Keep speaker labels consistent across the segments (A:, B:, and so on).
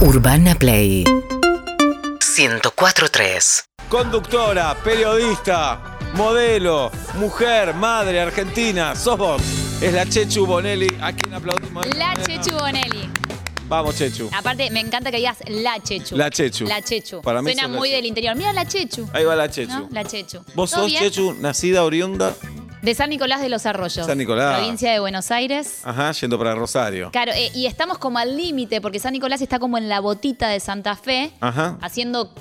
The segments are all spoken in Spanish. A: Urbana Play 104.3
B: Conductora, periodista, modelo, mujer, madre, argentina, sos vos. Es la Chechu Bonelli, a quien aplaudimos.
C: La Chechu Bonelli.
B: Vamos, Chechu.
C: Aparte, me encanta que digas la Chechu.
B: La Chechu.
C: La Chechu.
B: Para mí
C: Suena
B: sos la
C: muy
B: Chechu.
C: del interior. Mira la Chechu.
B: Ahí va la Chechu.
C: ¿no? La Chechu.
B: ¿Vos
C: ¿Todo
B: sos
C: bien?
B: Chechu, nacida, oriunda?
C: De San Nicolás de los Arroyos.
B: San Nicolás.
C: Provincia de Buenos Aires.
B: Ajá, yendo para Rosario.
C: Claro, eh, y estamos como al límite, porque San Nicolás está como en la botita de Santa Fe,
B: Ajá.
C: haciendo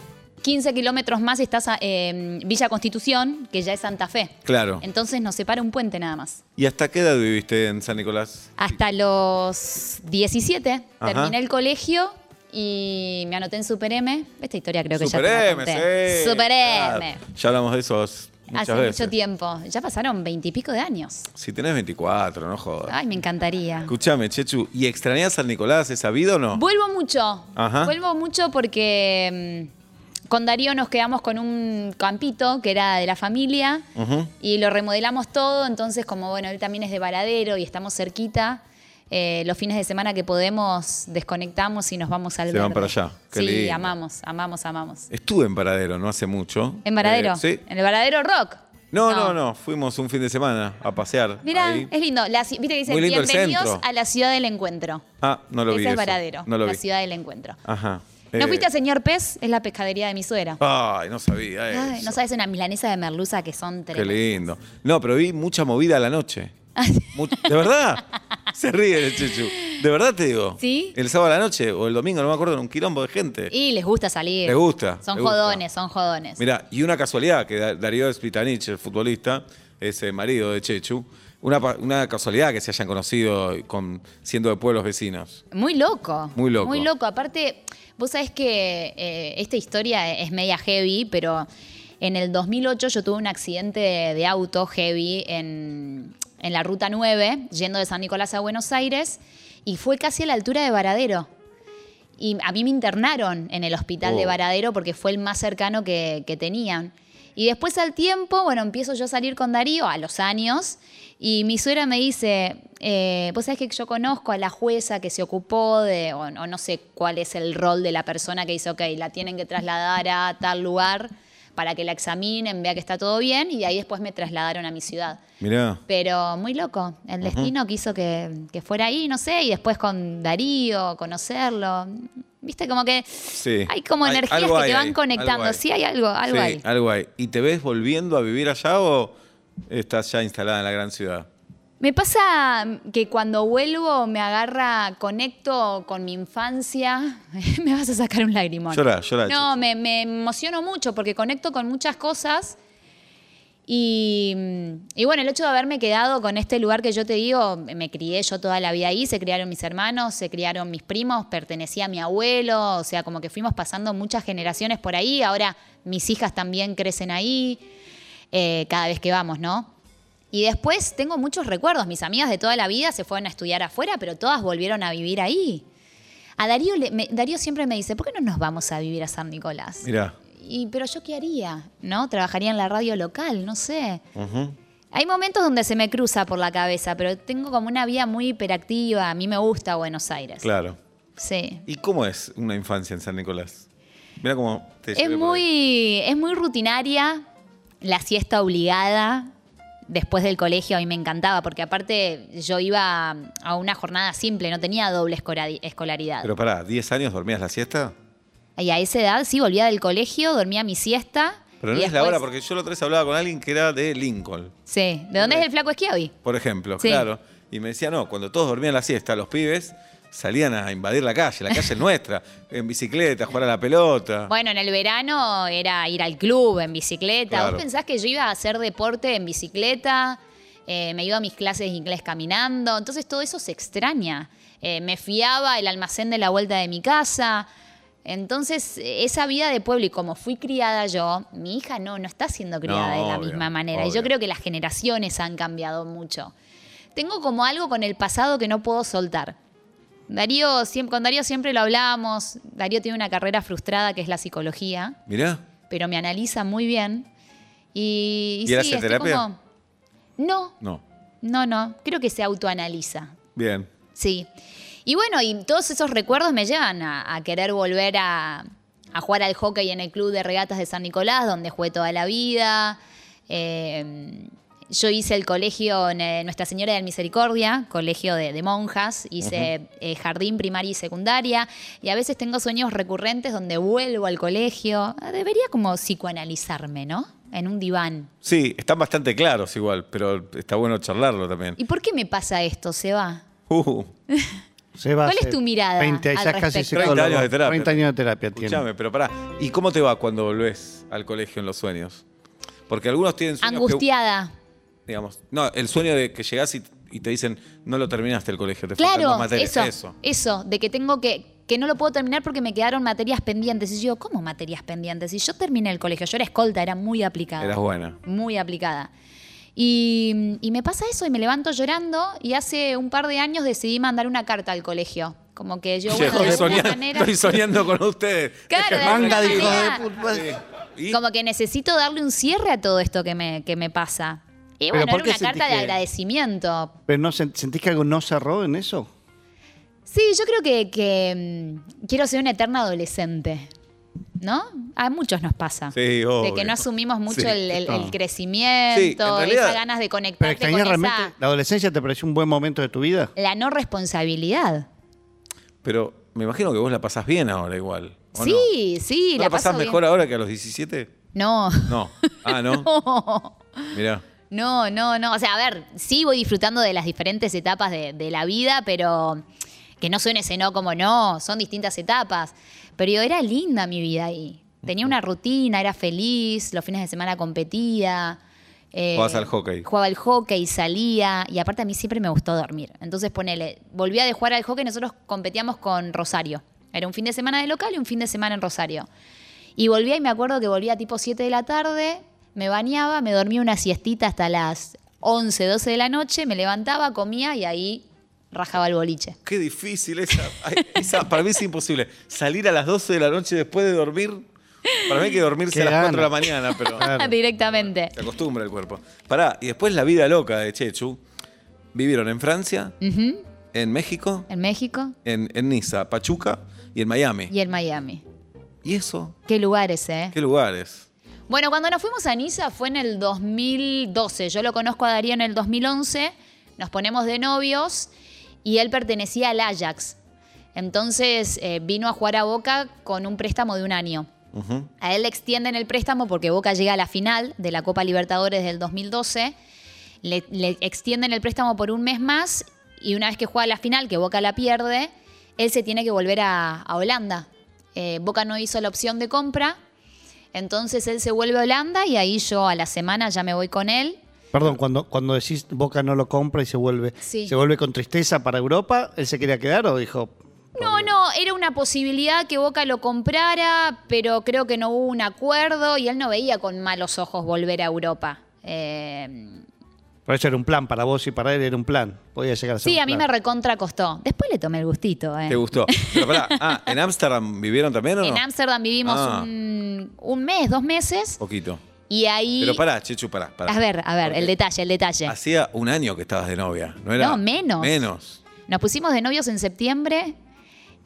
C: 15 kilómetros más estás a- en Villa Constitución, que ya es Santa Fe.
B: Claro.
C: Entonces nos separa un puente nada más.
B: ¿Y hasta qué edad viviste en San Nicolás?
C: Hasta los 17
B: Ajá.
C: terminé el colegio y me anoté en Super M. Esta historia creo que
B: Super
C: ya te la
B: M,
C: conté.
B: sí.
C: Super
B: Claro.
C: M.
B: Ya hablamos de eso hace- muchas
C: Hace
B: veces.
C: mucho tiempo. Ya pasaron veintipico de años.
B: Si tenés 24, no jodas.
C: Ay, me encantaría.
B: Escuchame, Chechu, ¿y extrañás San Nicolás? ¿Es sabido o no?
C: Vuelvo mucho.
B: Ajá.
C: Vuelvo mucho porque mm, con Darío nos quedamos con un campito que era de la familia
B: Ujú.
C: y lo remodelamos todo. Entonces, como bueno, él también es de Varadero y estamos cerquita. eh, los fines de semana que podemos desconectamos y nos vamos al
B: Se van
C: verde.
B: para allá. Qué
C: sí,
B: lindo.
C: amamos, amamos, amamos.
B: Estuve en Paradero no hace mucho.
C: ¿En Varadero?
B: Eh, sí.
C: ¿En el Varadero Rock?
B: No, no, no, Fuimos un fin de semana a pasear.
C: Mira,
B: ahí.
C: es lindo. La ci- Viste que dicen,
B: Muy lindo el
C: bienvenidos
B: centro".
C: a la ciudad del encuentro.
B: Ah, no lo
C: Ese
B: vi.
C: es
B: eso.
C: Varadero,
B: No lo
C: la
B: vi.
C: ciudad del encuentro.
B: Ajá.
C: ¿No
B: Eh,
C: fuiste a Señor Pez? Es la pescadería de mi suegra.
B: Ay, no sabía Ah, eso.
C: Ay, no sabes una milanesa de merluza que son
B: Qué lindo.
C: tremendas.
B: No, pero vi mucha movida a la noche. Mu- ¿De verdad? Se ríe el Chechu. ¿De verdad te digo?
C: ¿Sí?
B: El sábado a la noche o el domingo, no me acuerdo, era un quilombo de gente.
C: Y les gusta salir.
B: Les gusta,
C: Son
B: les gusta.
C: jodones, son jodones.
B: Mira, y una casualidad que Da- Darío Spitanich, el futbolista, es eh, marido de Chechu, una, pa- una casualidad que se hayan conocido con, siendo de pueblos vecinos.
C: Muy loco.
B: Muy loco.
C: Muy loco. Aparte, vos sabés que eh, esta historia es media heavy, pero en el 2008 yo tuve un accidente de, de auto heavy en, en la ruta 9, yendo de San Nicolás a Buenos Aires, y fue casi a la altura de Varadero. Y a mí me internaron en el hospital
B: Oh.
C: de Varadero porque fue el más cercano que, que tenían. Y después al tiempo, bueno, empiezo yo a salir con Darío a los años y mi suegra me dice, eh, vos sabés que yo conozco a la jueza que se ocupó de, o, o no sé cuál es el rol de la persona que dice, ok, la tienen que trasladar a tal lugar para que la examinen, vea que está todo bien y de ahí después me trasladaron a mi ciudad.
B: Mirá.
C: Pero muy loco. El destino quiso que, que fuera ahí, no sé, y después con Darío, conocerlo. Viste, como que
B: Sí.
C: hay como
B: Hay-
C: energías
B: algo
C: que
B: hay
C: te van
B: ahí, algo
C: conectando.
B: hay.
C: Sí, hay algo, algo
B: sí,
C: ahí.
B: algo hay. ¿Y te ves volviendo a vivir allá o estás ya instalada en la gran ciudad?
C: Me pasa que cuando vuelvo me agarra, conecto con mi infancia. me vas a sacar un lagrimón.
B: Llorá, llorá,
C: No, me, me emociono mucho porque conecto con muchas cosas. Y, y bueno, el hecho de haberme quedado con este lugar que yo te digo, me crié yo toda la vida ahí, se criaron mis hermanos, se criaron mis primos, pertenecía a mi abuelo, o sea, como que fuimos pasando muchas generaciones por ahí, ahora mis hijas también crecen ahí, eh, cada vez que vamos, ¿no? Y después tengo muchos recuerdos, mis amigas de toda la vida se fueron a estudiar afuera, pero todas volvieron a vivir ahí. A Darío, le- me- Darío siempre me dice, ¿por qué no nos vamos a vivir a San Nicolás?
B: Mirá.
C: Y, pero yo qué haría, ¿no? Trabajaría en la radio local, no sé.
B: Ujú.
C: Hay momentos donde se me cruza por la cabeza, pero tengo como una vida muy hiperactiva. A mí me gusta Buenos Aires.
B: Claro.
C: Sí.
B: ¿Y cómo es una infancia en San Nicolás? Mirá cómo te
C: Es
B: llevé por ahí.
C: muy, es muy rutinaria, la siesta obligada. Después del colegio a mí me encantaba, porque aparte yo iba a una jornada simple, no tenía doble escoradi- escolaridad.
B: Pero pará, ¿10 años dormías la siesta?
C: Y a esa edad sí, volvía del colegio, dormía mi siesta.
B: Pero no
C: y
B: es la hora,
C: después-
B: porque yo la otra vez hablaba con alguien que era de Lincoln,
C: Sí. ¿De dónde es el flaco Esquiavi?
B: por ejemplo,
C: Sí.
B: claro. Y me decía, no, cuando todos dormían la siesta, los pibes salían a invadir la calle, la calle es nuestra, en bicicleta, a jugar a la pelota.
C: Bueno, en el verano era ir al club en bicicleta.
B: Claro.
C: ¿Vos pensás que yo iba a hacer deporte en bicicleta? Eh, me iba a mis clases de inglés caminando. Entonces todo eso se extraña. Eh, me fiaba el almacén de la vuelta de mi casa. Entonces, esa vida de pueblo, y como fui criada yo, mi hija no, no está siendo criada
B: No,
C: de la
B: obvio,
C: misma manera. Y
B: obvio.
C: yo creo que las generaciones han cambiado mucho. Tengo como algo con el pasado que no puedo soltar. Darío, siem- con Darío siempre lo hablábamos. Darío tiene una carrera frustrada que es la psicología,
B: Mirá,
C: pero me analiza muy bien. ¿Y,
B: ¿Y él
C: sí,
B: hace
C: estoy
B: terapia?
C: como- No,
B: no,
C: no, no. Creo que se autoanaliza.
B: bien.
C: Sí. Y bueno, y todos esos recuerdos me llevan a, a querer volver a, a jugar al hockey en el club de regatas de San Nicolás, donde jugué toda la vida. Eh, yo hice el colegio en eh, Nuestra Señora de la Misericordia, colegio de, de monjas, hice eh, jardín primaria y secundaria, y a veces tengo sueños recurrentes donde vuelvo al colegio. Ah, Debería como psicoanalizarme, ¿no? En un diván.
B: Sí, están bastante claros igual, pero está bueno charlarlo también.
C: ¿Y por qué me pasa esto, Seba?
B: Uh,
A: Seba
C: ¿Cuál es
A: hace
C: tu mirada
A: 30,
C: al
A: ya es casi
C: respecto?
A: psicólogo.
B: 30 años de terapia.
A: 30 años de terapia tiene.
B: escúchame, pero pará. ¿Y cómo te va cuando volvés al colegio en los sueños? Porque algunos tienen sueños que-
C: Angustiada.
B: digamos, no, el sueño de que llegás y, y te dicen, no lo terminaste el colegio, te faltan dos
C: Claro,
B: materias.
C: eso, eso. de que tengo que que no lo puedo terminar porque me quedaron materias pendientes. Y yo, digo, ¿cómo materias pendientes? Y yo terminé el colegio, yo era escolta, era muy aplicada.
B: Eras buena.
C: Muy aplicada. Y, y me pasa eso y me levanto llorando y hace un par de años decidí mandar una carta al colegio. Como que yo,
B: Che, estoy,
C: bueno, de alguna
B: soñando,
C: manera...
B: estoy soñando con ustedes.
C: Claro, de
B: Déjenme
C: alguna
A: Manga eh, de hijo
C: manera,
A: de puta.
B: ¿Y?
C: Como que necesito darle un cierre a todo esto que me, que me pasa. Y
A: Pero
C: bueno,
A: ¿por
C: era
A: qué
C: una
A: sentís
C: carta de
A: que-
C: agradecimiento.
A: ¿Pero no sen- sentís que algo no cerró en eso?
C: Sí, yo creo que, que, mm, quiero ser una eterna adolescente. ¿No? A muchos nos pasa.
B: Sí,
C: De
B: obvio.
C: que no asumimos mucho
B: Sí.
C: el, el- el
A: No.
B: Sí, en
C: crecimiento,
B: realidad-
C: esas ganas de
A: Ah. ¿Pero
C: conectarte con
A: extrañas realmente
C: esa,
A: la adolescencia? ¿Te pareció un buen momento de tu vida?
C: la no responsabilidad.
B: Pero me imagino que vos la pasás bien ahora igual. ¿o no?
C: Sí, sí,
B: ¿No
C: la,
B: la pasás
C: paso bien.
B: mejor ahora que a los 17?
C: No.
B: No. Ah, no. Mirá.
C: No, no, no. O sea, a ver, sí voy disfrutando de las diferentes etapas de, de la vida, pero que no suene ese no como no, son distintas etapas. Pero yo, era linda mi vida ahí. Tenía una rutina, era feliz, los fines de semana competía. eh,
B: Jugabas al hockey.
C: Jugaba al hockey, salía. Y aparte a mí siempre me gustó dormir. Entonces, ponele, volvía de jugar al hockey, nosotros competíamos con Rosario. Era un fin de semana de local y un fin de semana en Rosario. Y volvía y me acuerdo que volvía tipo 7 de la tarde, me bañaba, me dormía una siestita hasta las 11, 12 de la noche, me levantaba, comía y ahí rajaba el boliche.
B: Qué difícil esa, ay, esa- Para mí es imposible. Salir a las 12 de la noche después de dormir. Para mí hay que dormirse
A: Qué
B: a las 4 de la
A: gana.
B: mañana, pero.
C: Directamente.
B: Se acostumbra el cuerpo. Pará, y después la vida loca de Chechu. Vivieron en Francia, en México,
C: En México
B: en, en Niza, Pachuca y en Miami.
C: y en Miami.
B: ¿Y eso?
C: Qué lugares, ¿eh?
B: ¿Qué lugares?
C: Bueno, cuando nos fuimos a Niza fue en el 2012. Yo lo conozco a Darío en el 2011. Nos ponemos de novios y él pertenecía al Ajax. Entonces eh, vino a jugar a Boca con un préstamo de un año.
B: Ujú.
C: A él le extienden el préstamo porque Boca llega a la final de la Copa Libertadores del 2012. Le, le extienden el préstamo por un mes más y una vez que juega la final, que Boca la pierde, él se tiene que volver a, a Holanda. Eh, Boca no hizo la opción de compra, entonces él se vuelve a Holanda y ahí yo a la semana ya me voy con él.
A: Perdón, cuando, cuando decís Boca no lo compra y se vuelve,
C: Sí.
A: se vuelve con tristeza para Europa, ¿él se quería quedar o dijo?
C: No, no, era una posibilidad que Boca lo comprara, pero creo que no hubo un acuerdo y él no veía con malos ojos volver a Europa. Eh,
A: Por eso era un plan, para vos y para él era un plan. Podía llegar a ser
C: Sí,
A: un
C: a mí me
A: plan.
C: recontra costó. Después le tomé el gustito. eh.
B: ¿Te gustó? Pero pará, ah, ¿en Ámsterdam vivieron también o no?
C: En Ámsterdam vivimos
B: Ah.
C: un, un mes, dos meses,
B: Poquito.
C: y ahí...
B: Pero pará, Chechu, pará. pará.
C: a ver, a ver,
B: Porque
C: el detalle, el detalle.
B: Hacía un año que estabas de novia, ¿no era?
C: No, menos.
B: Menos.
C: Nos pusimos de novios en septiembre,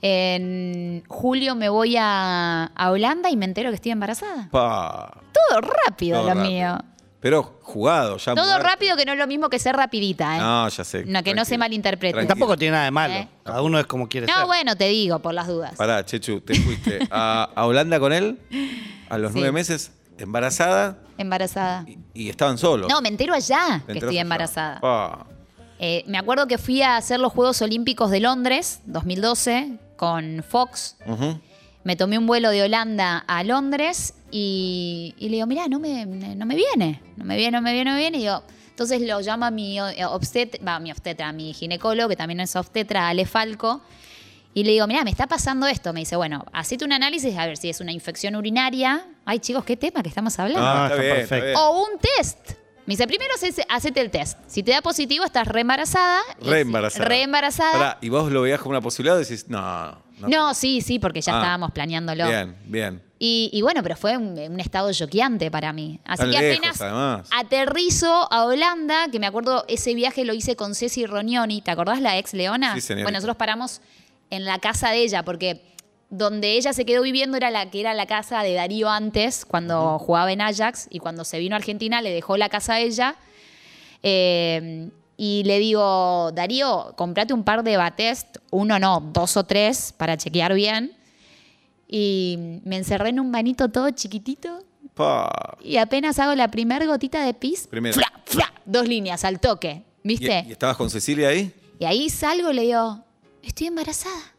C: en julio me voy a, a Holanda y me entero que estoy embarazada.
B: Pa.
C: Todo rápido
B: Todo
C: lo
B: rápido.
C: mío.
B: Pero jugado, ya
C: Todo
B: mudarte.
C: rápido que no es lo mismo que ser rapidita, ¿eh?
B: No, ya sé.
C: No, que no se
B: Tranquila.
C: malinterprete.
B: Tranquila.
A: Tampoco tiene nada de malo.
C: ¿Eh?
A: Cada uno es como quiere
C: No,
A: ser.
C: bueno, te digo, por las dudas.
B: Pará, Chechu, te fuiste a, a Holanda con él a los
C: Sí.
B: nueve meses, embarazada,
C: Embarazada.
B: y, y estaban solos.
C: No, me entero allá
B: Te
C: que
B: enteraste
C: estoy
B: ya.
C: embarazada.
B: Pa.
C: Eh, me acuerdo que fui a hacer los Juegos Olímpicos de Londres, 2012, con Fox.
B: Ujú.
C: Me tomé un vuelo de Holanda a Londres y, y le digo, mirá, no me, no me viene, no me viene, no me viene, no me viene. Y digo, entonces lo llama mi, o- eh, obstet- va, mi obstetra, mi ginecólogo, que también es obstetra, Ale Falco. Y le digo, mirá, me está pasando esto. Me dice, bueno, hacete un análisis a ver si es una infección urinaria. Ay, chicos, qué tema que estamos hablando.
B: Ah, está
A: está
B: bien,
A: perfecto.
B: está bien.
C: O un test. Me dice, primero haces- hacete el test. Si te da positivo, estás re embarazada. Y si-
B: Re embarazada.
C: Oh, Re embarazada.
B: Pará, y vos lo veías como una posibilidad y decís, no, no.
C: no, sí, sí, porque ya
B: Ah.
C: estábamos planeándolo.
B: Bien, bien.
C: Y, y bueno, pero fue un, un estado choqueante para mí. Así
B: Tan
C: que
B: lejos,
C: apenas
B: además.
C: aterrizo a Holanda, que me acuerdo ese viaje lo hice con Ceci Rognoni, ¿te acordás la ex Leona?
B: Sí, señorita.
C: bueno, nosotros paramos en la casa de ella, porque donde ella se quedó viviendo era la que era la casa de Darío antes, cuando jugaba en Ajax, y cuando se vino a Argentina le dejó la casa a ella. Eh, y le digo, Darío, comprate un par de batest, uno no, dos o tres, para chequear bien. Y me encerré en un banito todo chiquitito
B: Pa.
C: y apenas hago la primer gotita de pis.
B: Primera.
C: ¡fla, fla! Dos líneas al toque,
B: ¿Y,
C: ¿viste?
B: y estabas con Cecilia ahí?
C: Y ahí salgo y le digo, estoy embarazada.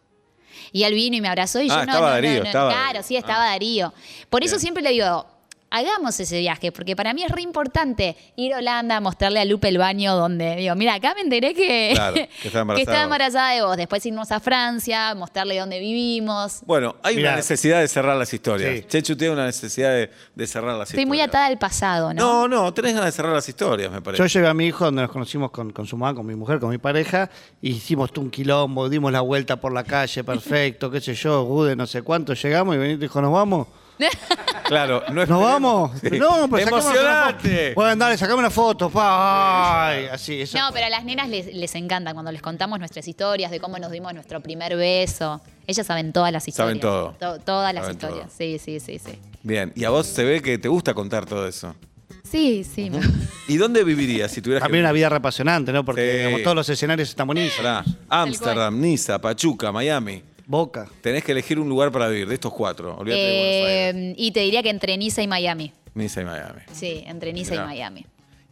C: Y él vino y me abrazó y yo
B: Ah,
C: no,
B: estaba
C: no, no,
B: Darío,
C: no,
B: estaba
C: claro,
B: Darío.
C: sí, estaba
B: Ah.
C: Darío. Por eso
B: Bien.
C: siempre le digo, hagamos ese viaje, porque para mí es re importante ir a Holanda, mostrarle a Lupe el baño donde, digo, mira, acá me enteré que,
B: Claro, que estaba embarazada de vos".
C: embarazada de vos. Después irnos a Francia, mostrarle dónde vivimos.
B: Bueno, hay
A: Mirá.
B: una necesidad de cerrar las historias.
A: Sí.
B: Chechu tiene una necesidad de, de cerrar las historias.
C: Estoy muy atada al pasado,
B: No,
C: ¿no?
B: no, tenés ganas de cerrar las historias, me parece.
A: Yo llevé a mi hijo donde nos conocimos con, con su mamá, con mi mujer, con mi pareja, y hicimos un quilombo, dimos la vuelta por la calle, perfecto, qué sé yo, Gude, no sé cuánto, llegamos y Benito dijo, nos vamos,
B: claro, no es-
A: nos vamos.
B: Sí.
A: No, pero sacame una
B: ¡Emocionante!
A: foto. Bueno, dale, sacame una foto, pa. Ay, así, eso.
C: No, pero a las nenas les, les encanta cuando les contamos nuestras historias de cómo nos dimos nuestro primer beso. Ellas saben todas las historias.
B: Saben todo.
C: To- todas las
B: Saben
C: historias.
B: todo.
C: Sí, sí, sí, sí.
B: Bien, y a vos se ve que te gusta contar todo eso.
C: Sí, sí. me-
B: ¿Y dónde vivirías si tuvieras
A: También una
B: que
A: vida reapasionante, ¿no? Porque
B: Sí.
A: digamos, todos los escenarios están buenísimos.
B: Pará, Ámsterdam, Niza, Pachuca, Miami.
A: Boca.
B: Tenés que elegir un lugar para vivir de estos cuatro. Olvídate de Buenos Aires.
C: Eh, y te diría que entre Niza y Miami.
B: Niza y Miami.
C: Sí, entre Niza
B: Mirá.
C: y Miami.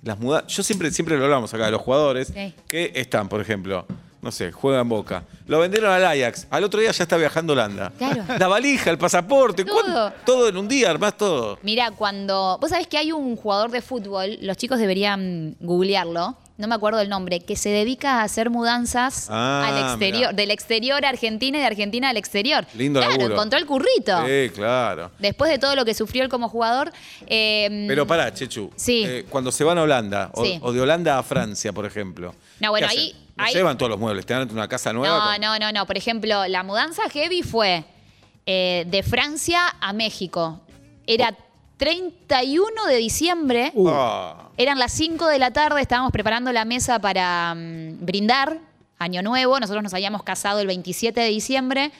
B: Las muda Yo siempre, siempre lo hablamos acá, de los jugadores
C: Sí.
B: que están, por ejemplo, no sé, juegan Boca. Lo vendieron al Ajax. Al otro día ya está viajando a Holanda.
C: Claro.
B: La valija, el pasaporte,
C: Todo.
B: todo. todo en un día, armás todo.
C: Mira, cuando. Vos sabés que hay un jugador de fútbol, los chicos deberían googlearlo, no me acuerdo el nombre, que se dedica a hacer mudanzas
B: Ah,
C: al
B: mirá.
C: exterior, del exterior a Argentina y de Argentina al exterior.
B: Lindo
C: claro,
B: laburo.
C: encontró el currito.
B: Sí, claro.
C: Después de todo lo que sufrió él como jugador. eh,
B: Pero pará, Chechu.
C: Sí.
B: Eh, cuando se van a Holanda, o,
C: Sí.
B: o de Holanda a Francia, por ejemplo.
C: No, bueno,
B: ¿qué
C: ahí-
B: hacen? No
C: ahí-
B: llevan todos los muebles, te dan una casa nueva.
C: No,
B: con-
C: no, no, no. Por ejemplo, la mudanza heavy fue eh, de Francia a México. Era 31 de diciembre.
B: Ah,
C: Eran las 5 de la tarde, estábamos preparando la mesa para mm, brindar Año Nuevo. Nosotros nos habíamos casado el 27 de diciembre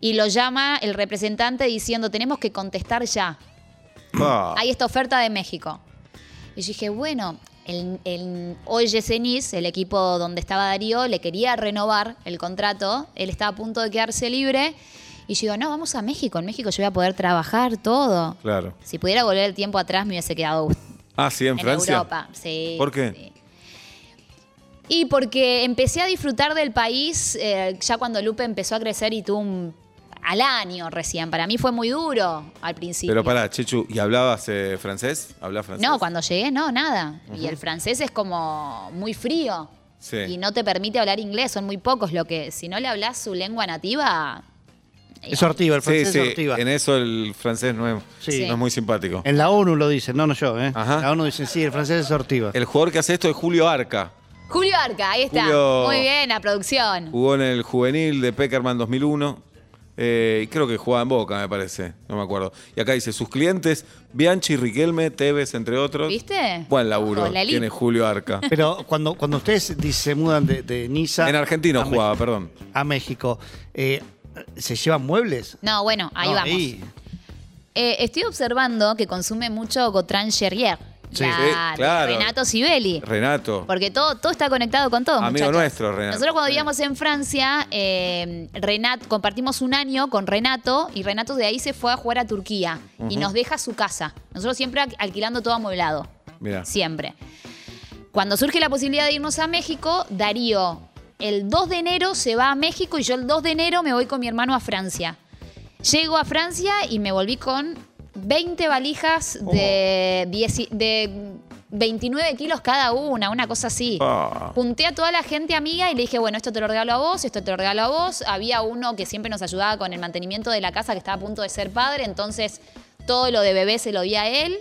C: y lo llama el representante diciendo, tenemos que contestar ya.
B: ah.
C: hay esta oferta de México. Y yo dije, bueno, el, el Oye Cenís, el equipo donde estaba Darío, le quería renovar el contrato. Él estaba a punto de quedarse libre. Y yo digo, no, vamos a México. En México yo voy a poder trabajar todo.
B: Claro.
C: Si pudiera volver el tiempo atrás, me hubiese quedado
B: Ah, sí, en, Francia.
C: Europa. Sí.
B: ¿Por qué?
C: sí. Y porque empecé a disfrutar del país eh, ya cuando Lupe empezó a crecer y tuvo un. al año recién. Para mí fue muy duro al principio.
B: Pero pará, Chechu, ¿y hablabas eh, francés? ¿Hablás francés?
C: No, cuando llegué, no, nada. Y el francés es como muy frío.
B: Sí.
C: Y no te permite hablar inglés, son muy pocos. Lo que, si no le hablas su lengua nativa.
A: Es sortiva, el
B: Sí,
A: francés es
B: sí,
A: sortiva.
B: en eso el francés no es,
A: Sí.
B: no es muy simpático.
A: En la ONU lo dicen, no, no yo, ¿eh?
B: Ajá.
A: La ONU dicen, sí, el francés es sortiva.
B: El jugador que hace esto es Julio Arca.
C: Julio Arca, ahí está.
B: Julio-
C: Muy bien, la producción.
B: Jugó en el juvenil de Peckerman 2001. eh, y creo que jugaba en Boca, me parece. No me acuerdo. Y acá dice, sus clientes, Bianchi, Riquelme, Tevez, entre otros.
C: ¿Viste?
B: Buen laburo.
C: Con la elite.
B: Tiene Julio Arca.
A: Pero cuando, cuando ustedes di- se mudan de, de Niza
B: en Argentino
A: a, Me-
B: jugaba, perdón.
A: a México, eh, ¿se llevan muebles?
C: No, bueno, ahí
A: No,
C: vamos. Eh, estoy observando que consume mucho Gautran Cherrier.
A: Sí.
C: la-
B: Sí, claro.
C: Renato Sibeli.
B: Renato.
C: Porque todo, todo está conectado con todo.
B: Amigo
C: muchachos.
B: nuestro, Renato.
C: Nosotros cuando
B: Sí.
C: vivíamos en Francia, eh, Renat, compartimos un año con Renato y Renato de ahí se fue a jugar a Turquía y nos deja su casa. Nosotros siempre alqu- alquilando todo amueblado.
B: Mirá.
C: Siempre. Cuando surge la posibilidad de irnos a México, Darío el 2 de enero se va a México y yo el 2 de enero me voy con mi hermano a Francia. Llego a Francia y me volví con 20 valijas de, 10 de 29 kilos cada una, una cosa así.
B: Ah.
C: Punté a toda la gente amiga y le dije, bueno, esto te lo regalo a vos, esto te lo regalo a vos. Había uno que siempre nos ayudaba con el mantenimiento de la casa que estaba a punto de ser padre, entonces todo lo de bebé se lo di a él.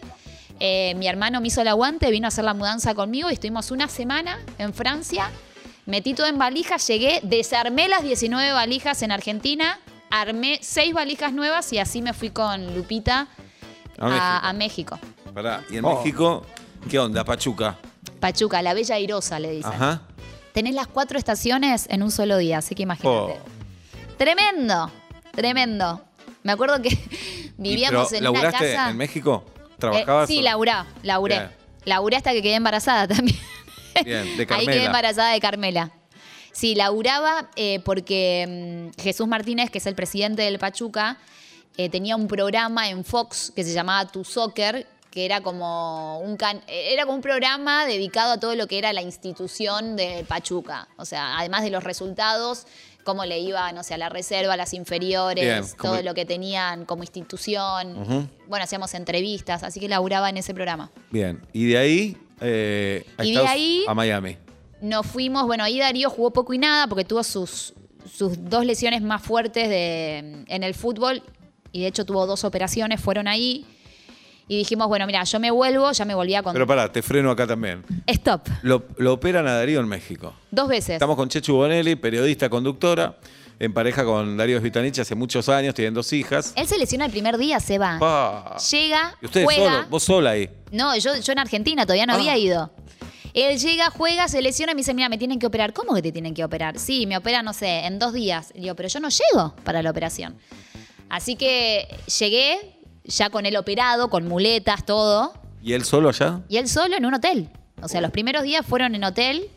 C: Eh, mi hermano me hizo el aguante, vino a hacer la mudanza conmigo y estuvimos una semana en Francia. Metí todo en valijas, llegué, desarmé las 19 valijas en Argentina, armé seis valijas nuevas y así me fui con Lupita
B: A
C: a, a México.
B: Pará, y en
A: Oh.
B: México, ¿qué onda? Pachuca.
C: Pachuca, la Bella Irosa, le dicen.
B: Ajá.
C: Tenés las cuatro estaciones en un solo día, así que imagínate.
B: Oh.
C: Tremendo, tremendo. Me acuerdo que
B: Y,
C: vivíamos
B: pero,
C: en una
B: ¿laburaste
C: casa.
B: en México?
C: Eh,
B: ¿Trabajabas?
C: sí,
B: o-
C: laburá, laburé.
B: Bien.
C: Laburé hasta que quedé embarazada también.
B: Bien, de
C: Ahí
B: Carmela.
C: quedé embarazada de Carmela. Sí, laburaba eh, porque mm, Jesús Martínez, que es el presidente del Pachuca, eh, tenía un programa en Fox que se llamaba Tu Soccer, que era como un can- eh, era como un programa dedicado a todo lo que era la institución de Pachuca. O sea, además de los resultados, cómo le iba, no sé, a la reserva, a las inferiores,
B: Bien, como-
C: todo lo que tenían como institución. Bueno, hacíamos entrevistas, así que laburaba en ese programa.
B: Bien, y de ahí, eh, a,
C: Y de
B: Estados-
C: ahí-
B: a Miami.
C: Nos fuimos, bueno, ahí Darío jugó poco y nada porque tuvo sus, sus dos lesiones más fuertes de, en el fútbol y de hecho tuvo dos operaciones, fueron ahí y dijimos, bueno, mira, yo me vuelvo, ya me volvía con...
B: Pero pará, te freno acá también.
C: Stop,
B: Lo, lo operan a Darío en México.
C: dos veces.
B: Estamos con Chechu Bonelli, periodista, conductora, en pareja con Darío Svitanich hace muchos años, tienen dos hijas.
C: Él se lesiona el primer día, se va.
B: Pa.
C: Llega,
B: Y ustedes
C: juega...
B: solos, vos sola ahí.
C: No, yo, yo en Argentina todavía no había ido. Él llega, juega, se lesiona y me dice, mira, me tienen que operar. ¿Cómo que te tienen que operar? Sí, me operan, no sé, en dos días. Y digo, pero yo no llego para la operación. Así que llegué, ya con él operado, con muletas, todo,
B: ¿Y él solo allá?
C: y él solo en un hotel. O sea, los primeros días fueron en hotel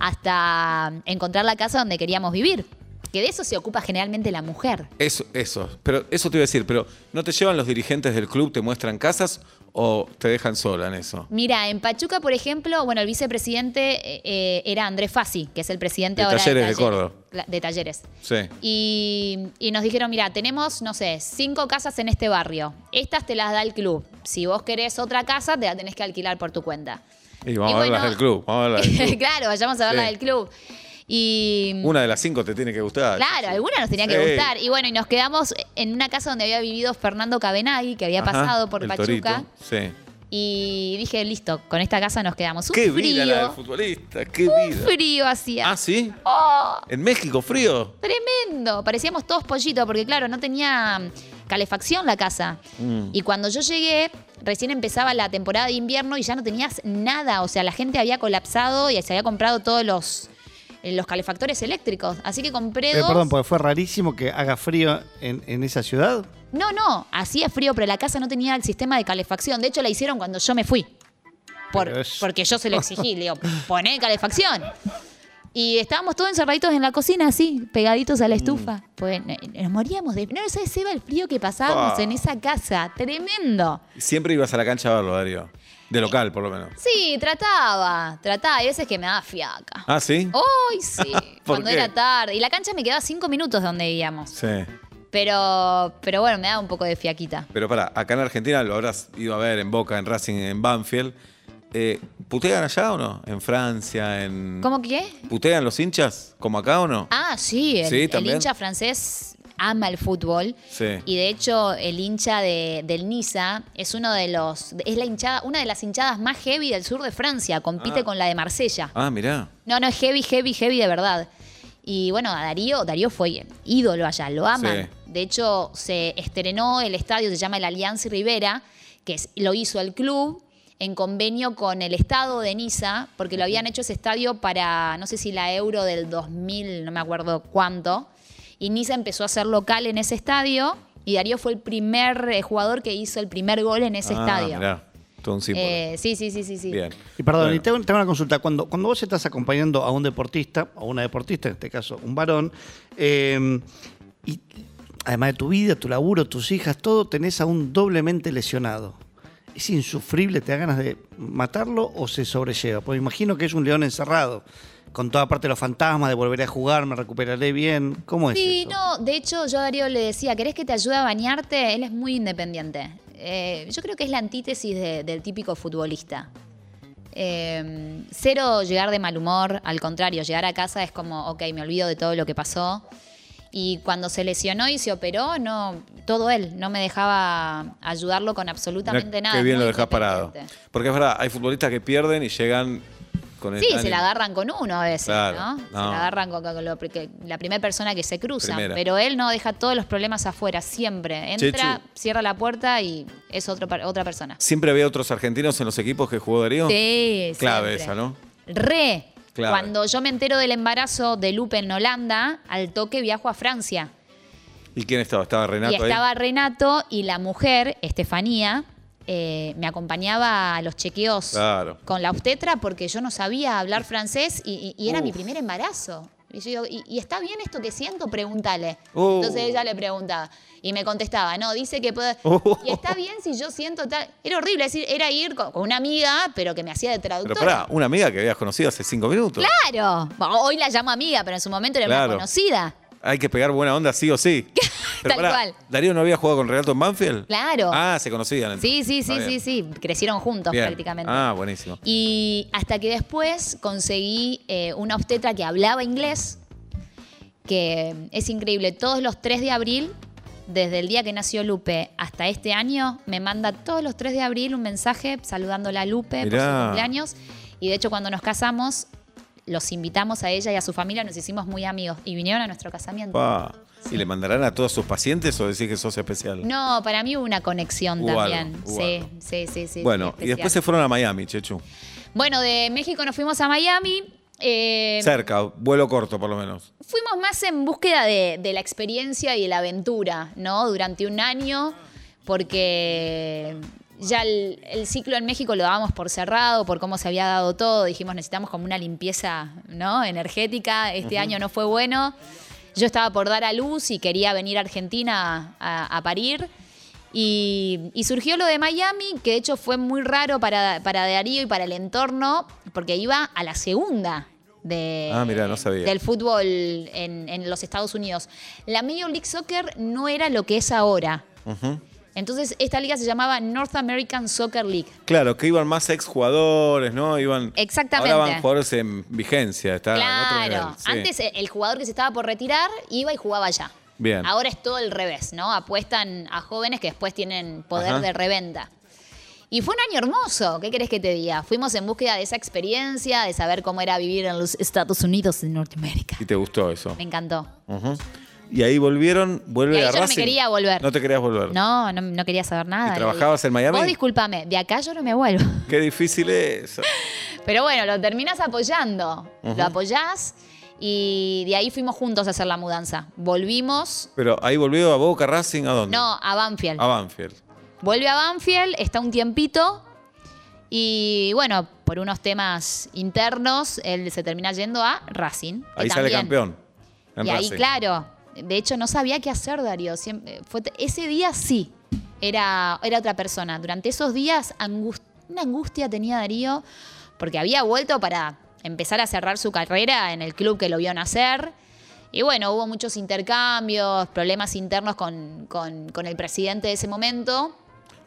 C: hasta encontrar la casa donde queríamos vivir. Que de eso se ocupa generalmente la mujer.
B: Eso, eso. Pero eso te iba a decir, pero ¿no te llevan los dirigentes del club, te muestran casas o te dejan sola en eso?
C: Mira, en Pachuca, por ejemplo, bueno, el vicepresidente eh, eh, era Andrés Fassi, que es el presidente
B: De
C: ahora
B: Talleres de Córdoba.
C: Cla- De talleres.
B: Sí.
C: Y, y nos dijeron, mira, tenemos, no sé, cinco casas en este barrio. Estas te las da el club. Si vos querés otra casa, te la tenés que alquilar por tu cuenta.
B: Y vamos a ver las del club, vamos a ver las del club.
C: claro, vayamos a ver
B: Sí.
C: la del club. Y
B: Una de las cinco te tiene que gustar.
C: Mm. claro, alguna nos tenía que
B: Sí.
C: gustar. Y bueno, y nos quedamos en una casa donde había vivido Fernando Cabenagui, que había
B: Ajá,
C: pasado por
B: el
C: Pachuca.
B: Torito, Sí.
C: Y dije, listo, con esta casa nos quedamos. Un
B: Qué vida la del
C: frío.
B: futbolista, qué
C: Un
B: vida.
C: frío hacía.
B: Ah, sí.
C: Oh,
B: En México, frío.
C: tremendo. Parecíamos todos pollitos, porque claro, no tenía calefacción la casa.
B: Mm.
C: Y cuando yo llegué, recién empezaba la temporada de invierno y ya no tenías nada. O sea, la gente había colapsado y se había comprado todos los, eh, los calefactores eléctricos. Así que compré
A: Eh,
C: dos.
A: perdón, porque fue rarísimo que haga frío en, en esa ciudad.
C: No, no, hacía frío, pero la casa no tenía el sistema de calefacción. De hecho, la hicieron cuando yo me fui. Por-
A: Pero es-
C: Porque yo se lo exigí, le digo, poné calefacción. Y estábamos todos encerraditos en la cocina, así, pegaditos
B: Mm.
C: a la estufa. Pues no- nos moríamos de... No sabes, Seba, el frío que pasábamos
B: Ah.
C: en esa casa. Tremendo.
B: Siempre ibas a la cancha a verlo, Darío. De local, por lo menos.
C: Sí, trataba, trataba. Hay veces que me daba fiaca.
B: Ah, sí.
C: ¡Ay, sí!
B: ¿Por
C: Cuando
B: qué?
C: era tarde. Y la cancha me quedaba cinco minutos donde vivíamos.
B: Sí.
C: Pero, pero bueno, me daba un poco de fiaquita.
B: Pero para, acá en Argentina lo habrás ido a ver en Boca, en Racing, en Banfield. Eh, ¿Putean allá o no? En Francia, en.
C: ¿Cómo que?
B: ¿Putean los hinchas? ¿Como acá o no?
C: Ah, sí, el,
B: Sí,
C: el
B: también.
C: hincha francés ama el fútbol.
B: Sí.
C: Y de hecho, el hincha de- del Niza es uno de los es la hinchada, una de las hinchadas más heavy del sur de Francia, compite con la de Marsella.
B: Ah, mirá.
C: No, no es heavy, heavy, heavy de verdad. Y bueno, a Darío, Darío fue ídolo allá, lo aman.
B: Sí.
C: De hecho, se estrenó el estadio, se llama el Alianza Rivera, que es- lo hizo el club en convenio con el Estado de Niza, porque lo habían hecho ese estadio para, no sé si la Euro del 2000, no me acuerdo cuánto. Y Niza empezó a ser local en ese estadio y Darío fue el primer eh, jugador que hizo el primer gol en ese
B: Ah,
C: estadio.
B: Mirá. Todo un símbolo.
C: Eh, sí, sí, sí, sí, sí.
B: Bien.
A: Y perdón,
B: Bueno,
A: y tengo, tengo una consulta. Cuando, cuando vos estás acompañando a un deportista, o una deportista, en este caso un varón, eh, y además de tu vida, tu laburo, tus hijas, todo, tenés a un doblemente lesionado. ¿Es insufrible? ¿Te da ganas de matarlo o se sobrelleva? Pues imagino que es un león encerrado, con toda parte de los fantasmas, de volveré a jugar, me recuperaré bien. ¿Cómo es?
C: Sí,
A: eso?
C: no, de hecho yo a Darío le decía, ¿querés que te ayude a bañarte? Él es muy independiente. Eh, yo creo que es la antítesis de- del típico futbolista. Eh, cero llegar de mal humor, al contrario, llegar a casa es como, ok, me olvido de todo lo que pasó. Y cuando se lesionó y se operó, no, todo él, no me dejaba ayudarlo con
B: mirá
C: absolutamente nada.
B: Qué bien
C: muy
B: lo dejás parado.
C: independiente.
B: Porque es verdad, hay futbolistas que pierden y llegan con el
C: Sí, se
B: ánimo.
C: la agarran con uno a veces,
B: Claro,
C: ¿no? Se
B: no.
C: la agarran con, con lo pri- que- la primera persona que se cruza.
B: Primera.
C: Pero él no deja todos los problemas afuera, siempre. Entra,
B: Chechu.
C: cierra la puerta y es otro, per- otra persona.
B: ¿Siempre había otros argentinos en los equipos que jugó Darío?
C: Sí,
B: Clave
C: siempre.
B: esa, ¿no?
C: Re.
B: Clave.
C: Cuando yo me entero del embarazo de Lupe en Holanda, al toque viajo a Francia.
B: ¿Y quién estaba? ¿Estaba Renato
C: y estaba
B: ahí?
C: Renato y la mujer, Estefanía, eh, me acompañaba a los chequeos
B: Claro.
C: con la obstetra porque yo no sabía hablar francés y, y- y era mi primer embarazo. Y yo digo, ¿y, y está bien esto que siento? Pregúntale.
B: Uh.
C: Entonces ella le preguntaba y me contestaba, no, dice que puedo...
B: Uh.
C: ¿Y está bien si yo siento tal? Era horrible, es decir, era ir con, con una amiga, pero que me hacía de
B: Pero
C: traductora.
B: pará, una amiga que habías conocido hace cinco minutos.
C: Claro, Bueno, hoy la llamo amiga, pero en su momento era
B: Claro.
C: una conocida.
B: Hay que pegar buena onda sí o sí. Pero
C: Tal
B: pará,
C: cual.
B: ¿Darío no había jugado con Renato en Banfield?
C: Claro.
B: Ah, se conocían. entonces.
C: Sí, sí,
B: Está
C: sí, sí,
B: bien.
C: sí, crecieron juntos
B: Bien.
C: prácticamente.
B: Ah, buenísimo.
C: Y hasta que después conseguí eh, una obstetra que hablaba inglés, que es increíble. Todos los 3 de abril, desde el día que nació Lupe hasta este año, me manda todos los 3 de abril un mensaje saludándola a Lupe por su
B: Mirá.
C: cumpleaños. Y de hecho, cuando nos casamos, los invitamos a ella y a su familia, nos hicimos muy amigos y vinieron a nuestro casamiento.
B: Pa. ¿Y le mandarán a todos sus pacientes o decís que sos especial?
C: No, para mí hubo una conexión
B: Hubo
C: también.
B: algo, hubo
C: sí,
B: algo.
C: sí, sí, sí.
B: bueno,
C: sí,
B: y después se
C: especial.
B: fueron a Miami, Chechu.
C: Bueno, de México nos fuimos a Miami. eh,
B: Cerca, vuelo corto por lo menos.
C: Fuimos más en búsqueda de, de la experiencia y de la aventura, ¿no? Durante un año, porque ya el, el ciclo en México lo dábamos por cerrado, por cómo se había dado todo. Dijimos, necesitamos como una limpieza, ¿no? Energética. Este año no fue bueno. Yo estaba por dar a luz y quería venir a Argentina a, a parir. Y, y surgió lo de Miami, que de hecho fue muy raro para, para Darío y para el entorno, porque iba a la segunda de,
B: Ah, mirá, no sabía.
C: del fútbol en, en los Estados Unidos. La Major League Soccer no era lo que es ahora.
B: Ujú.
C: Entonces, esta liga se llamaba North American Soccer League.
B: Claro, que iban más exjugadores, ¿no? Iban,
C: Exactamente.
B: Ahora van jugadores en vigencia, está Ah, en otro
C: Claro,
B: nivel, sí.
C: antes e- eh, el el jugador que se estaba por retirar iba y jugaba allá.
B: Bien.
C: Ahora es todo el revés, ¿no? Apuestan a jóvenes que después tienen poder
B: Ajá.
C: de reventa. Y fue un año hermoso, ¿qué querés que te diga? Fuimos en búsqueda de esa experiencia, de saber cómo era vivir en los Estados Unidos de Norteamérica.
B: Y te gustó eso.
C: Me encantó.
B: Ujú. Y ahí volvieron, vuelve
C: Y ahí
B: a
C: yo no me
B: Racing.
C: quería volver.
B: No te querías volver.
C: No, no, no quería saber nada.
B: ¿Y
C: Le
B: trabajabas
C: dije,
B: en Miami?
C: Vos discúlpame, de acá yo no me vuelvo.
B: Qué difícil es.
C: Pero bueno, lo terminás apoyando. Lo apoyás y de ahí fuimos juntos a hacer la mudanza. Volvimos,
B: Pero ahí volvió a Boca Racing, ¿a dónde? Ah.
C: no, a Banfield.
B: A Banfield.
C: Vuelve a Banfield, está un tiempito y bueno, por unos temas internos, él se termina yendo a Racing. que
B: Ahí sale
C: también-
B: campeón. en
C: Y ahí,
B: Racing.
C: claro. De hecho, no sabía qué hacer, Darío. Siempre- fue- ese día sí, era, era otra persona. Durante esos días, angus- una angustia tenía Darío, porque había vuelto para empezar a cerrar su carrera en el club que lo vio nacer. Y bueno, hubo muchos intercambios, problemas internos con, con- con el presidente de ese momento.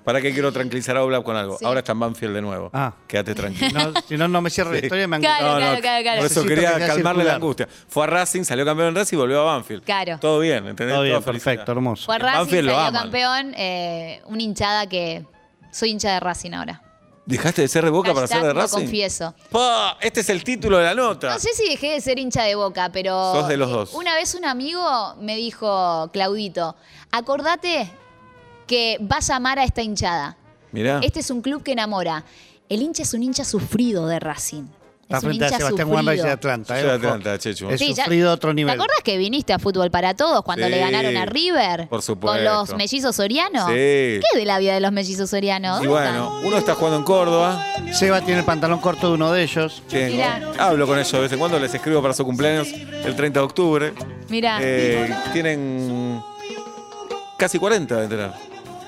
B: ¿Para qué quiero tranquilizar a Oblap con algo?
C: Sí.
B: Ahora está en Banfield de nuevo.
A: Ah.
B: Quédate
A: Si
B: tranquilo.
A: no, si no, no me cierra la
B: Sí.
A: historia, me han-
C: Claro, claro, claro, claro.
B: Por eso
A: Necesito
B: quería
A: que sea
B: calmarle la
A: circular.
B: angustia. Fue a Racing, salió campeón en Racing y volvió a Banfield.
C: Claro.
B: Todo bien, ¿entendés?
A: Todo bien,
B: Toda felicidad.
A: perfecto, hermoso.
C: Fue
B: En
C: Racing,
B: Banfield lo
C: salió
B: aman.
C: campeón, eh, una hinchada que... Soy hincha de Racing ahora.
B: ¿Dejaste de ser de Boca para ser de
C: Hashtag lo
B: Racing?
C: confieso.
B: Pa, Este es el título de la nota.
C: No sé si dejé de ser hincha de boca, pero. eh,
B: Sos de los dos.
C: Una vez un amigo me dijo, Claudito, acordate que vas a amar a esta hinchada.
B: Mirá.
C: Este es un club que enamora. El hincha es un hincha sufrido de Racing.
A: Está
C: es un
A: frente a
C: hincha
A: Sebastián
C: sufrido.
A: Wanderers de Atlanta.
B: Yo
A: eh,
B: soy de
A: ojo.
B: Atlanta, Chechu.
A: He
C: Sí, ya-
A: sufrido a otro nivel.
C: ¿Te acordás que viniste a Fútbol para Todos cuando
B: Sí,
C: le ganaron a River?
B: por supuesto.
C: Con los mellizos sorianos.
B: Sí.
C: ¿Qué de la vida de los mellizos sorianos?
B: Y
C: ¿Dónde
B: bueno, uno está jugando en Córdoba.
A: Seba tiene el pantalón corto de uno de ellos.
B: Tengo-
C: Mirá.
B: Hablo con ellos de vez en cuando, les escribo para su cumpleaños el 30 de octubre.
C: están? Mirá.
B: Eh, tienen casi 40 de tener.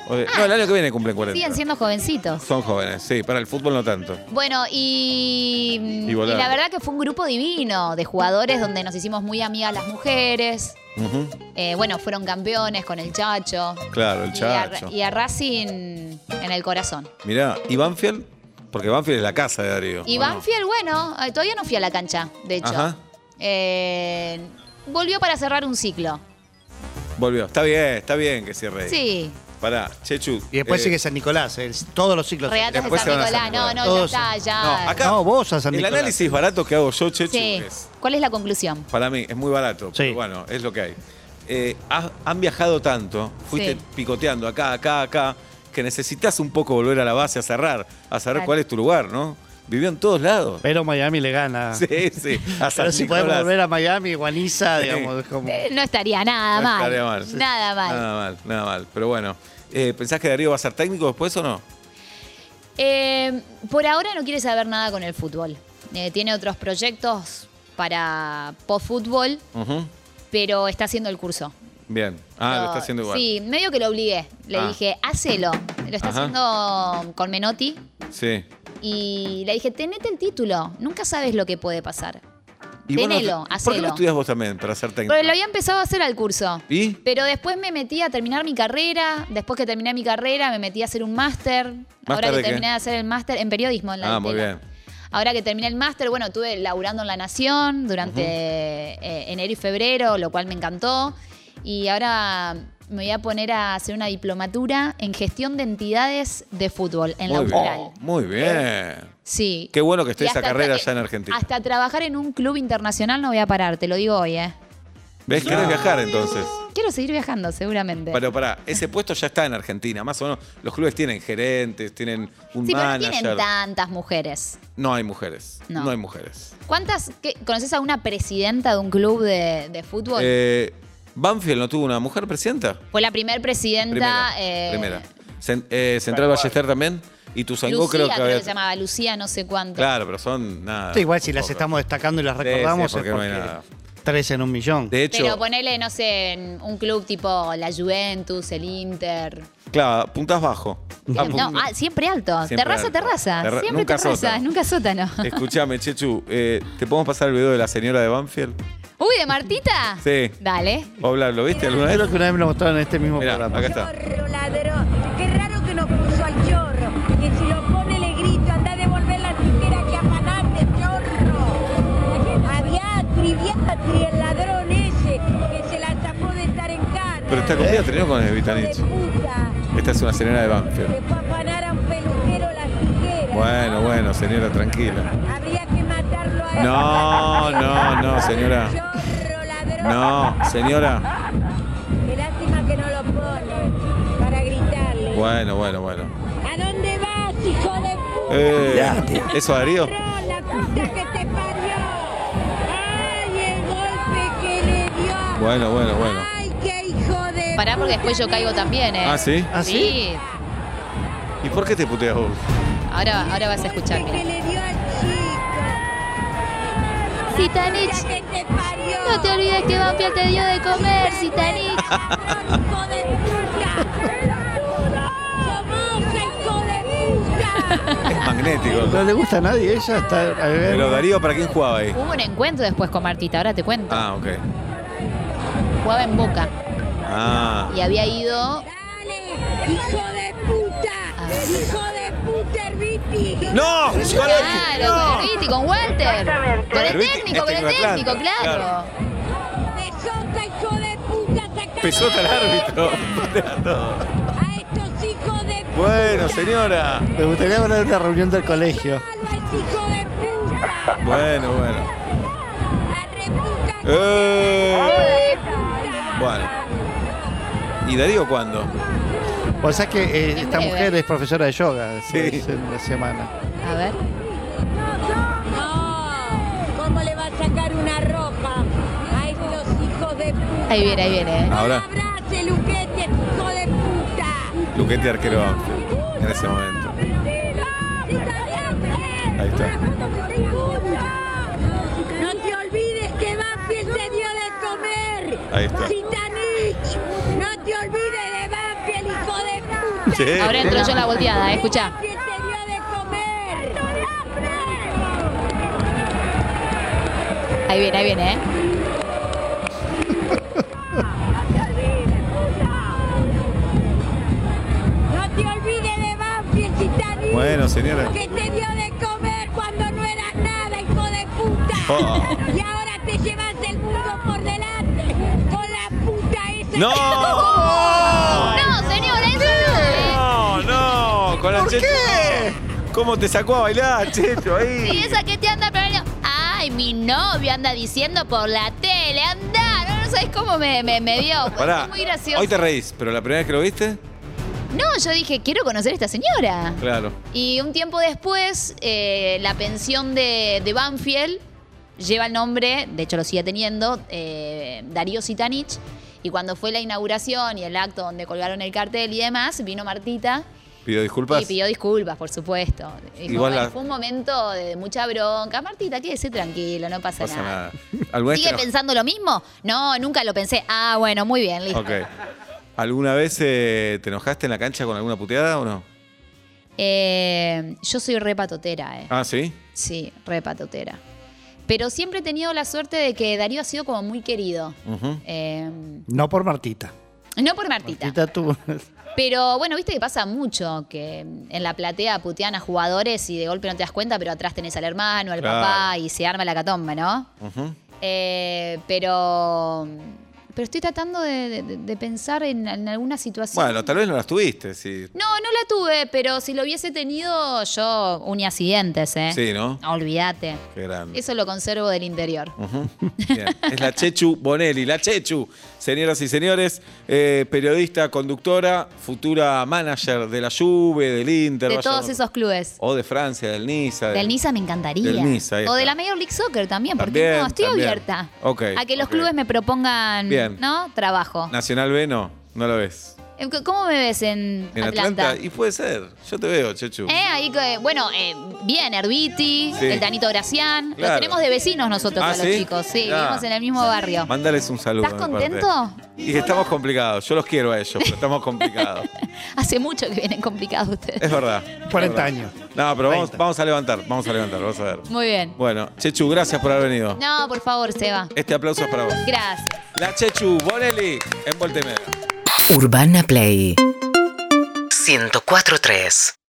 B: O de- No, el año que viene cumplen 40.
C: siguen siendo jovencitos.
B: Son jóvenes, sí, para el fútbol no tanto.
C: Bueno, y,
B: Y volar.
C: y la verdad que fue un grupo divino de jugadores donde nos hicimos muy amigas las mujeres.
B: Ujú,
C: Eh, bueno, fueron campeones con el Chacho.
B: Claro, el
C: Y a-
B: chacho.
C: Y a, Racing en el corazón.
B: Mirá, ¿y Banfield? Porque Banfield es la casa de Darío.
C: Y
B: ¿o no?
C: Banfield, bueno, eh, todavía no fui a la cancha, de hecho.
B: Ajá.
C: Eh, volvió para cerrar un ciclo.
B: Volvió. Está bien, está bien que cierre. ahí.
C: Sí,
B: Pará, Chechu.
A: Y después
B: eh,
A: sigue San Nicolás, eh, todos los ciclos.
C: Regatas de
B: Después
C: San
B: se van a San
C: Nicolás. No,
B: Nicolás.
C: no,
A: Todos-
C: ya está, ya.
B: No, acá-
A: No, vos a San
B: el
A: Nicolás.
B: análisis barato que hago yo, Chechu,
C: Sí.
B: es,
C: ¿Cuál es la conclusión?
B: para mí es muy barato,
A: Sí.
B: pero bueno, es lo que hay. Eh, has- han viajado tanto, fuiste
C: Sí.
B: picoteando acá, acá, acá, que necesitas un poco volver a la base, a cerrar, a saber
C: Claro.
B: cuál es tu lugar, ¿no? Vivió en todos lados.
A: Pero Miami le gana.
B: Sí, sí. A San
A: Pero si podemos
B: Nicolás.
A: volver a Miami, Guaniza,
B: Sí.
A: digamos, es como...
C: Eh, No estaría nada
B: No
C: mal.
B: estaría mal.
C: Nada mal.
B: Nada mal, nada mal. Pero bueno, eh, ¿pensás que Darío va a ser técnico después o no?
C: Eh, por ahora no quiere saber nada con el fútbol. Eh, tiene otros proyectos para post-fútbol,
B: Ujú.
C: pero está haciendo el curso.
B: Bien. Ah, lo
C: No,
B: está haciendo igual.
C: Sí, medio que lo obligué. Le
B: Ah.
C: dije, hacelo. Lo está
B: Ajá.
C: haciendo con Menotti.
B: Sí.
C: Y le dije, tenete el título. Nunca sabes lo que puede pasar.
B: Y vos no-
C: Tenelo,
B: ¿Por qué no
C: hacelo.
B: estudias vos también para ser técnico?
C: Pero lo había empezado a hacer al curso.
B: ¿Y?
C: Pero después me metí a terminar mi carrera. Después que terminé mi carrera, me metí a hacer un máster. Ahora
B: ¿Máster
C: que
B: de qué?
C: terminé de hacer el máster en periodismo en la
B: Ah, muy
C: Ditela.
B: bien.
C: Ahora que terminé el máster, bueno, estuve laburando en La Nación durante eh, enero y febrero, lo cual me encantó. Y ahora me voy a poner a hacer una diplomatura en gestión de entidades de fútbol en la
B: Muy
C: UNAL.
B: bien. Muy bien.
C: Sí.
B: Qué bueno que esté
C: Y
B: esa
C: hasta-
B: carrera
C: eh,
B: ya en Argentina.
C: Hasta trabajar en un club internacional no voy a parar, te lo digo hoy, ¿eh?
B: ¿Ves? ¿Querés viajar entonces?
C: Quiero seguir viajando, seguramente.
B: Pero pará, ese puesto ya está en Argentina, más o menos. Los clubes tienen gerentes, tienen un
C: sí, pero no
B: manager.
C: tienen tantas mujeres.
B: no hay mujeres.
C: No.
B: No, hay mujeres.
C: ¿Cuántas? qué- ¿Conoces a una presidenta de un club de, de fútbol?
B: Eh, ¿Banfield no tuvo una mujer presidenta?
C: Fue la primer presidenta.
B: Primera.
C: eh,
B: primera. Cen- eh, Central Ballester también. Y tu
C: Lucía,
B: creo que había-
C: se llamaba Lucía, no sé cuánto.
B: Claro, pero son nada.
A: Sí, igual si
B: muy
A: las
B: pocos.
A: estamos destacando y las
B: Sí,
A: recordamos
B: sí, porque
A: es
B: no hay
A: porque
B: nada.
A: tres en un millón.
B: De hecho,
C: Pero ponele, no sé, en un club tipo la Juventus, el Inter.
B: claro, apuntás bajo.
C: Bien,
B: Apunt-
C: no, ah, siempre alto.
B: pues, Siempre
C: terraza,
B: alto.
C: terraza.
B: Terra-
C: siempre
B: nunca
C: terraza,
B: sótano.
C: nunca sótano.
B: Escuchame, Chechu, eh, ¿te podemos pasar el video de la señora de Banfield?
C: Uy, de Martita.
B: Sí.
C: Dale.
B: Hola, ¿lo viste alguna vez?
A: Creo que una vez me lo mostraron en este mismo
B: Mirá,
A: programa.
B: acá está.
D: Chorro, ladrón. Qué raro que nos puso al chorro. Que si lo pone le grito, anda a devolver la tijera que afanaste, chorro. Había triviatri, el ladrón ese, que se la tapó de estar en cara.
B: Pero está comida tenemos con el
D: Hijo de
B: Vitanich.
D: puta.
B: Esta es una señora de
D: Se
B: Banfield.
D: fue a afanar a un peluquero las tijeras.
B: Bueno, bueno, señora, tranquila.
D: Habría que matarlo a él.
B: No, no, no, señora.
D: Chorro, ladrón.
B: No, señora.
D: Qué lástima que no lo pone para gritarle.
B: Bueno, bueno, bueno.
D: ¿A dónde vas, hijo de puta?
B: Eh, ¿Eso Darío?
D: Ladrón, la puta que te parió. Ay, el golpe que le dio.
B: Bueno, bueno, bueno.
D: Ay, qué hijo de
C: Pará porque
D: puta,
C: después yo caigo
D: mira.
C: también, ¿eh?
B: ¿Ah, sí?
A: ¿Ah, sí?
C: Sí.
B: ¿Y por qué te puteas vos?
C: Ahora, ahora vas a
D: El golpe
C: escuchar.
D: que
C: mira.
D: le dio al chico.
C: Sitanich,
D: La que te parió.
C: no te olvides que Banfield te dio de comer, Sitanich.
D: Ladrón, hijo de puta. Somoza, hijo de puta.
B: Es magnético.
A: No le gusta a nadie, ella está... a ver.
B: Pero Darío, ¿para quién jugaba ahí?
C: Hubo un encuentro después con Martita, ahora te cuento.
B: Ah, ok.
C: Jugaba en Boca
B: Ah,
C: y había ido
D: Dale, hijo de puta.
C: Ah.
D: Hijo de puta, Herbiti.
B: ¡No!
C: Claro, con Erviti, con Walter. Con el
B: Erviti,
C: técnico, con
B: este
C: el
B: con Atlanta,
C: técnico, claro.
B: claro.
D: Pesota, hijo de puta, sacame
B: Pesota el
D: la
B: árbitro.
D: mierda.
B: Putea todo.
D: A estos hijos de puta.
B: Bueno, señora.
A: Me gustaría hablar de una reunión del colegio.
D: Salva al hijo de puta.
B: Bueno, bueno.
D: A reputa.
B: Eh, bueno. ¿Y Darío cuándo?
A: O sea que eh,
C: En
A: esta
C: breve.
A: mujer es profesora de yoga
B: Sí.
A: es en la semana.
C: A ver.
D: No, ¿cómo le va a sacar una roja a estos hijos de puta?
C: Ahí viene, ahí viene. ¿eh?
D: No
B: Ahora.
D: la abrace, Luquete, hijo de puta.
B: Luquete arquero de Banfield, en ese momento. Ahí está.
D: No te olvides que Banfield te dio de comer.
B: Ahí está.
D: Zitanich, no te olvides de Banfield, hijo de puta.
B: Sí.
C: Ahora entro yo en la volteada, ¿eh? escuchá.
D: Banfield te dio de comer.
C: Ahí viene, ahí viene, ¿eh?
D: No te olvides de Banfield, Zitanich.
B: Bueno, señora.
D: Que te dio de comer cuando no eras nada, hijo de puta.
B: Oh.
D: Y ahora te llevas el mundo por delante con la puta esa.
B: ¡No!
C: No, señora, eso
B: bailar,
A: ¿Por
B: Checho?
A: qué?
B: ¿Cómo te sacó a bailar, Checho? Ahí.
C: ¿Y esa que te anda pero Ay, mi novio anda diciendo por la tele, anda, no, no sabes cómo me, me, me dio.
B: Pará,
C: Fue muy gracioso.
B: hoy te reís, pero la primera vez que lo viste,
C: No, yo dije, quiero conocer a esta señora.
B: claro.
C: Y un tiempo después, eh, la pensión de, de Banfield lleva el nombre, de hecho lo sigue teniendo, eh, Darío Sitanich. Y cuando fue la inauguración y el acto donde colgaron el cartel y demás, vino Martita
B: Pido disculpas.
C: y pidió disculpas, por supuesto. Dijo,
B: Igual
C: "Bueno,
B: la-
C: Fue un momento de mucha bronca. Martita, quédese tranquilo, no pasa,
B: No pasa
C: nada.
B: nada. ¿Alguna vez
C: ¿Sigue
B: te eno-
C: pensando lo mismo? No, nunca lo pensé. Ah, bueno, muy bien, listo.
B: Ok. ¿Alguna vez eh, te enojaste en la cancha con alguna puteada o no?
C: Eh, yo soy repatotera, eh.
B: Ah, sí.
C: Sí, re patotera. Pero siempre he tenido la suerte de que Darío ha sido como muy querido.
B: Ujú.
C: Eh,
A: No por Martita.
C: no por Martita.
A: Martita tuvo.
C: Pero bueno, viste que pasa mucho que en la platea putean a jugadores y de golpe no te das cuenta, pero atrás tenés al hermano, al
B: Claro.
C: papá y se arma la catomba, ¿no?
B: Ujú.
C: Eh, pero. Pero estoy tratando de, de- de pensar en, en alguna situación.
B: Bueno, tal vez no las tuviste, sí.
C: No, no la tuve, pero si lo hubiese tenido, yo uní accidentes, ¿eh?
B: Sí, ¿no?
C: Olvídate.
B: Qué grande.
C: Eso lo conservo del interior.
B: Ujú. Bien. Es la Chechu Bonelli, la Chechu, señoras y señores, eh, periodista, conductora, futura manager de la Juve, del Inter,
C: De
B: vaya
C: todos
B: uno-
C: esos clubes.
B: o de Francia, del Niza,
C: Del Niza me encantaría.
B: Del Niza, ahí
C: o de
B: está.
C: la Major League Soccer también, porque
B: También,
C: no, estoy
B: también.
C: abierta
B: Ok,
C: a que los
B: ok.
C: clubes me propongan
B: Bien.
C: ¿no? trabajo.
B: Nacional B no, no lo ves.
C: Eh, ¿Cómo me ves en,
B: En Atlanta.
C: Atlanta?
B: y puede ser, yo te veo, Chechu.
C: Eh, ahí que- bueno, eh, bien, Herbiti,
B: Sí.
C: el Danito Gracián.
B: Claro.
C: Los tenemos de vecinos nosotros
B: Ah,
C: con los
B: ¿sí?
C: chicos, sí,
B: Ah.
C: vivimos en el mismo barrio.
B: Mándales un saludo.
C: ¿Estás
B: de mi parte.
C: contento?
B: Y estamos complicados, yo los quiero a ellos, pero estamos complicados.
C: Hace mucho que vienen complicados ustedes.
B: Es verdad.
A: 40
B: es verdad.
A: años.
B: No, pero vamos,
A: 30.
B: vamos a levantar, vamos a levantar, vamos a ver.
C: Muy bien.
B: Bueno, Chechu, gracias por haber venido.
C: No, por favor, Seba.
B: Este aplauso es para vos.
C: Gracias.
B: La Chechu Bonelli en Voltemera.
E: Urbana Play 104.3